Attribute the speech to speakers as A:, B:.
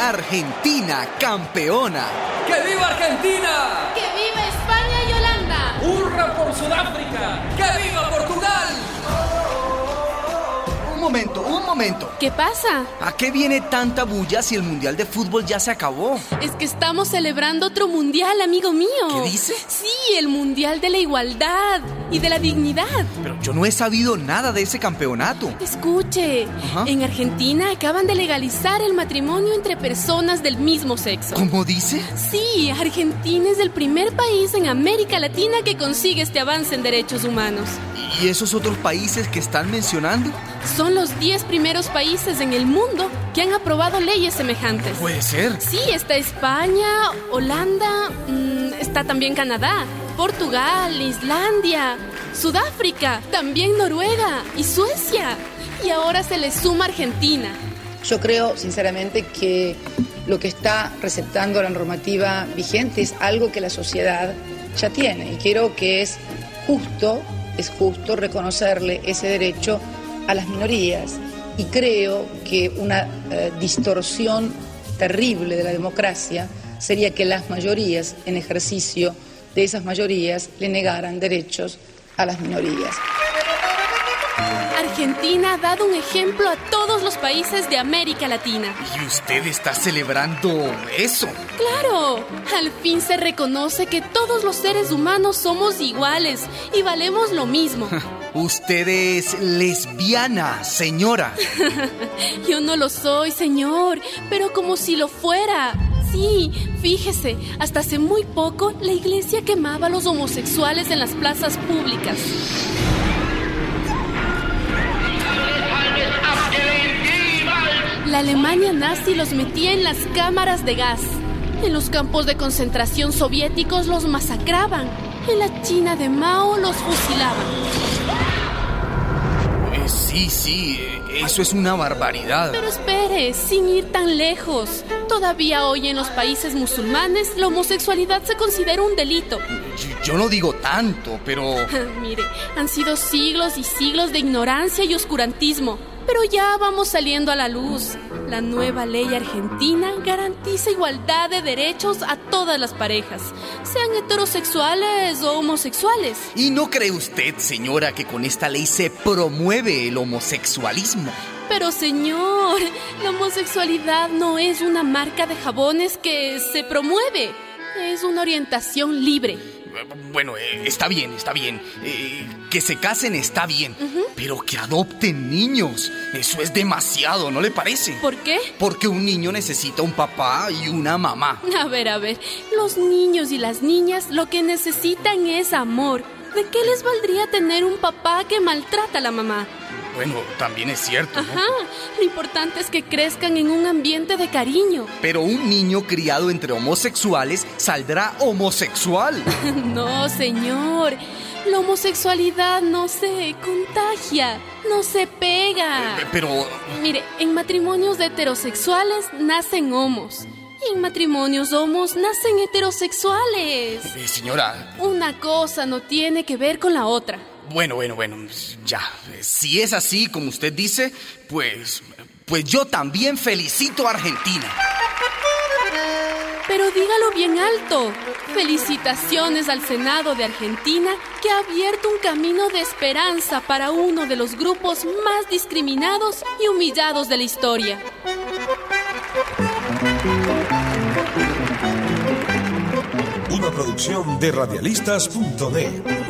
A: Argentina campeona.
B: ¡Que viva Argentina!
C: ¡Que viva España y Holanda!
B: ¡Hurra por Sudáfrica! ¡Que viva Portugal!
A: Un momento, un momento.
C: ¿Qué pasa?
A: ¿A qué viene tanta bulla si el Mundial de Fútbol ya se acabó?
C: Es que estamos celebrando otro mundial, amigo mío.
A: ¿Qué dice?
C: Sí, el mundial de la igualdad y de la dignidad.
A: Pero yo no he sabido nada de ese campeonato.
C: Escuche,
A: Ajá.
C: en Argentina acaban de legalizar el matrimonio entre personas del mismo sexo.
A: ¿Cómo dice?
C: Sí, Argentina es el primer país en América Latina que consigue este avance en derechos humanos.
A: ¿Y esos otros países que están mencionando?
C: Son los 10 primeros países en el mundo que han aprobado leyes semejantes.
A: Puede ser.
C: Sí, está España, Holanda, mm, está también Canadá, Portugal, Islandia, Sudáfrica, también Noruega y Suecia. Y ahora se le suma Argentina.
D: Yo creo, sinceramente, que lo que está receptando la normativa vigente es algo que la sociedad ya tiene y creo que es justo, es justo reconocerle ese derecho a las minorías y creo que una eh, distorsión terrible de la democracia sería que las mayorías, en ejercicio de esas mayorías, le negaran derechos a las minorías.
C: Argentina ha dado un ejemplo a todos los países de América Latina.
A: ¿Y usted está celebrando eso?
C: Claro, al fin se reconoce que todos los seres humanos somos iguales y valemos lo mismo.
A: Usted es lesbiana, señora.
C: Yo no lo soy, señor, pero como si lo fuera. Sí, fíjese, hasta hace muy poco la iglesia quemaba a los homosexuales en las plazas públicas. La Alemania nazi los metía en las cámaras de gas. En los campos de concentración soviéticos los masacraban. En la China de Mao los fusilaban.
A: Eh, sí, sí, eh, eso es una barbaridad.
C: Pero espere, sin ir tan lejos. Todavía hoy en los países musulmanes la homosexualidad se considera un delito.
A: Yo- Yo no digo tanto, pero...
C: Mire, han sido siglos y siglos de ignorancia y oscurantismo, pero ya vamos saliendo a la luz. La nueva ley argentina garantiza igualdad de derechos a todas las parejas, sean heterosexuales o homosexuales.
A: ¿Y no cree usted, señora, que con esta ley se promueve el homosexualismo?
C: Pero señor, la homosexualidad no es una marca de jabones que se promueve, es una orientación libre.
A: Eh, Bueno, eh, está bien, está bien. Eh, que se casen está bien. Pero que adopten niños. Eso es demasiado, ¿no le parece?
C: ¿Por qué?
A: Porque un niño necesita un papá y una mamá.
C: A ver, a ver, los niños y las niñas lo que necesitan es amor. ¿De qué les valdría tener un papá que maltrata a la mamá?
A: Bueno, también es cierto, ¿no?
C: Ajá, lo importante es que crezcan en un ambiente de cariño.
A: Pero un niño criado entre homosexuales saldrá homosexual.
C: No, señor, la homosexualidad no se contagia, no se pega.
A: Pe- Pero
C: Mire, en matrimonios de heterosexuales nacen homos. Y en matrimonios homos nacen heterosexuales.
A: Eh, Señora,
C: Una cosa no tiene que ver con la otra.
A: bueno, bueno, bueno, pues ya. Si es así como usted dice, pues, pues yo también felicito a Argentina.
C: Pero dígalo bien alto. Felicitaciones al Senado de Argentina que ha abierto un camino de esperanza para uno de los grupos más discriminados y humillados de la historia.
E: Una producción de radialistas.net.